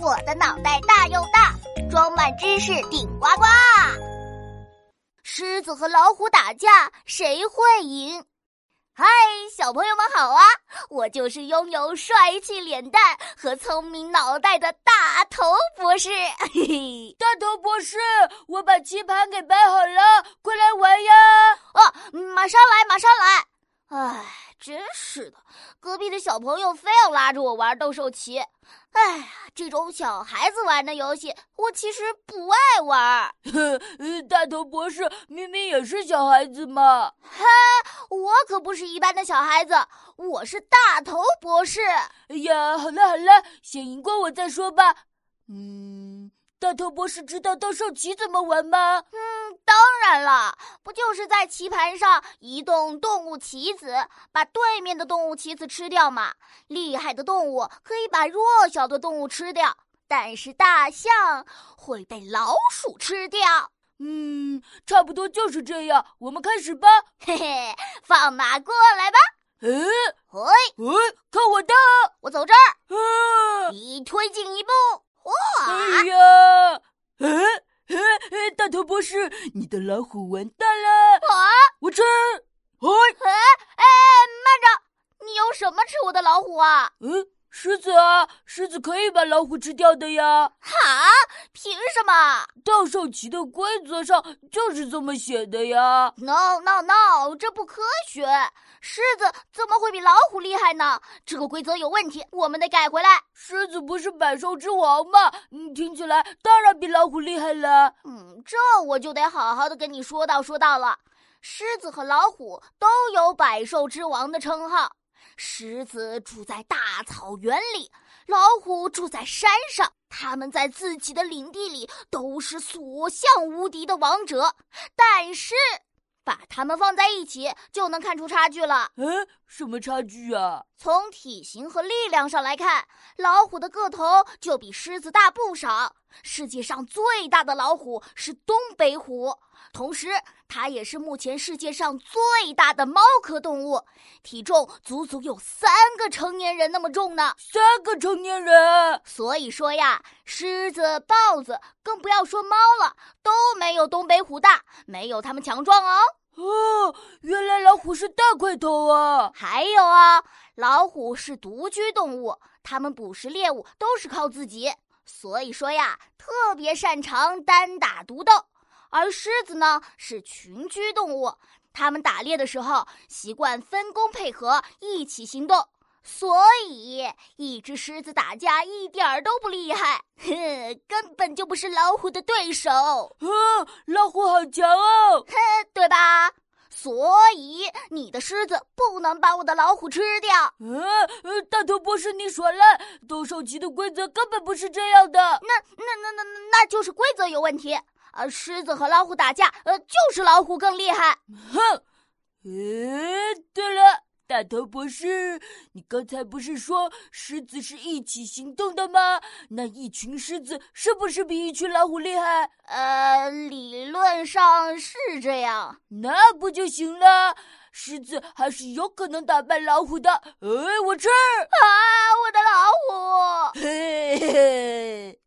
我的脑袋大又大，装满知识顶呱呱。狮子和老虎打架，谁会赢？嗨，小朋友们好啊！我就是拥有帅气脸蛋和聪明脑袋的大头博士。 嘿嘿，大头博士，我把棋盘给摆好了，快来玩呀！哦，马上来，马上来！唉，真是的，隔壁的小朋友非要拉着我玩斗兽棋。哎呀，这种小孩子玩的游戏，我其实不爱 玩。呵，呃大头博士明明也是小孩子嘛！哈，我可不是一般的小孩子，我是大头博士。哎呀，好了好了，先赢过我再说吧。嗯，大头博士知道斗兽棋怎么玩吗？嗯，当然了，不就是在棋盘上移动动物棋子，把对面的动物棋子吃掉吗？厉害的动物可以把弱小的动物吃掉，但是大象会被老鼠吃掉。嗯，差不多就是这样。我们开始吧。嘿嘿，放马过来吧！哎嘿，哎，看我的！我走这儿，啊！你推进一步，哎哇！呀，哎哎哎，大头博士，你的老虎完蛋了！啊！我吃，哎，哎，慢着，你用什么吃我的老虎啊？嗯，狮子啊，狮子可以把老虎吃掉的呀。哈，凭什么斗兽棋的规则上就是这么写的呀。 ？No No No，这不科学！狮子怎么会比老虎厉害呢？这个规则有问题，我们得改回来。狮子不是百兽之王吗？嗯，听起来当然比老虎厉害了。嗯，这我就得好好的跟你说道说道了。狮子和老虎都有百兽之王的称号。狮子住在大草原里，老虎住在山上。他们在自己的领地里都是所向无敌的王者，但是把它们放在一起就能看出差距了。嗯，什么差距啊？从体型和力量上来看，老虎的个头就比狮子大不少。世界上最大的老虎是东北虎，同时它也是目前世界上最大的猫科动物，体重足足有三个成年人那么重呢。三个成年人。所以说呀，狮子、豹子，更不要说猫了，都没有东北虎大，没有它们强壮哦。哦，原来老虎是大块头啊！还有啊，老虎是独居动物，它们捕食猎物都是靠自己，所以说呀，特别擅长单打独斗。而狮子呢是群居动物，它们打猎的时候习惯分工配合，一起行动。所以，一只狮子打架一点儿都不厉害，哼，根本就不是老虎的对手。哦，老虎好强哦！对吧？所以你的狮子不能把我的老虎吃掉。嗯、呃，大头博士你耍赖，斗兽棋的规则根本不是这样的。那那那那那就是规则有问题。呃，狮子和老虎打架，呃，就是老虎更厉害。哼，呃，对了，大头博士，你刚才不是说狮子是一起行动的吗？那一群狮子是不是比一群老虎厉害？呃，理论上是这样。那不就行了？狮子还是有可能打败老虎的。哎，我吃，啊，我的老虎！嘿嘿嘿。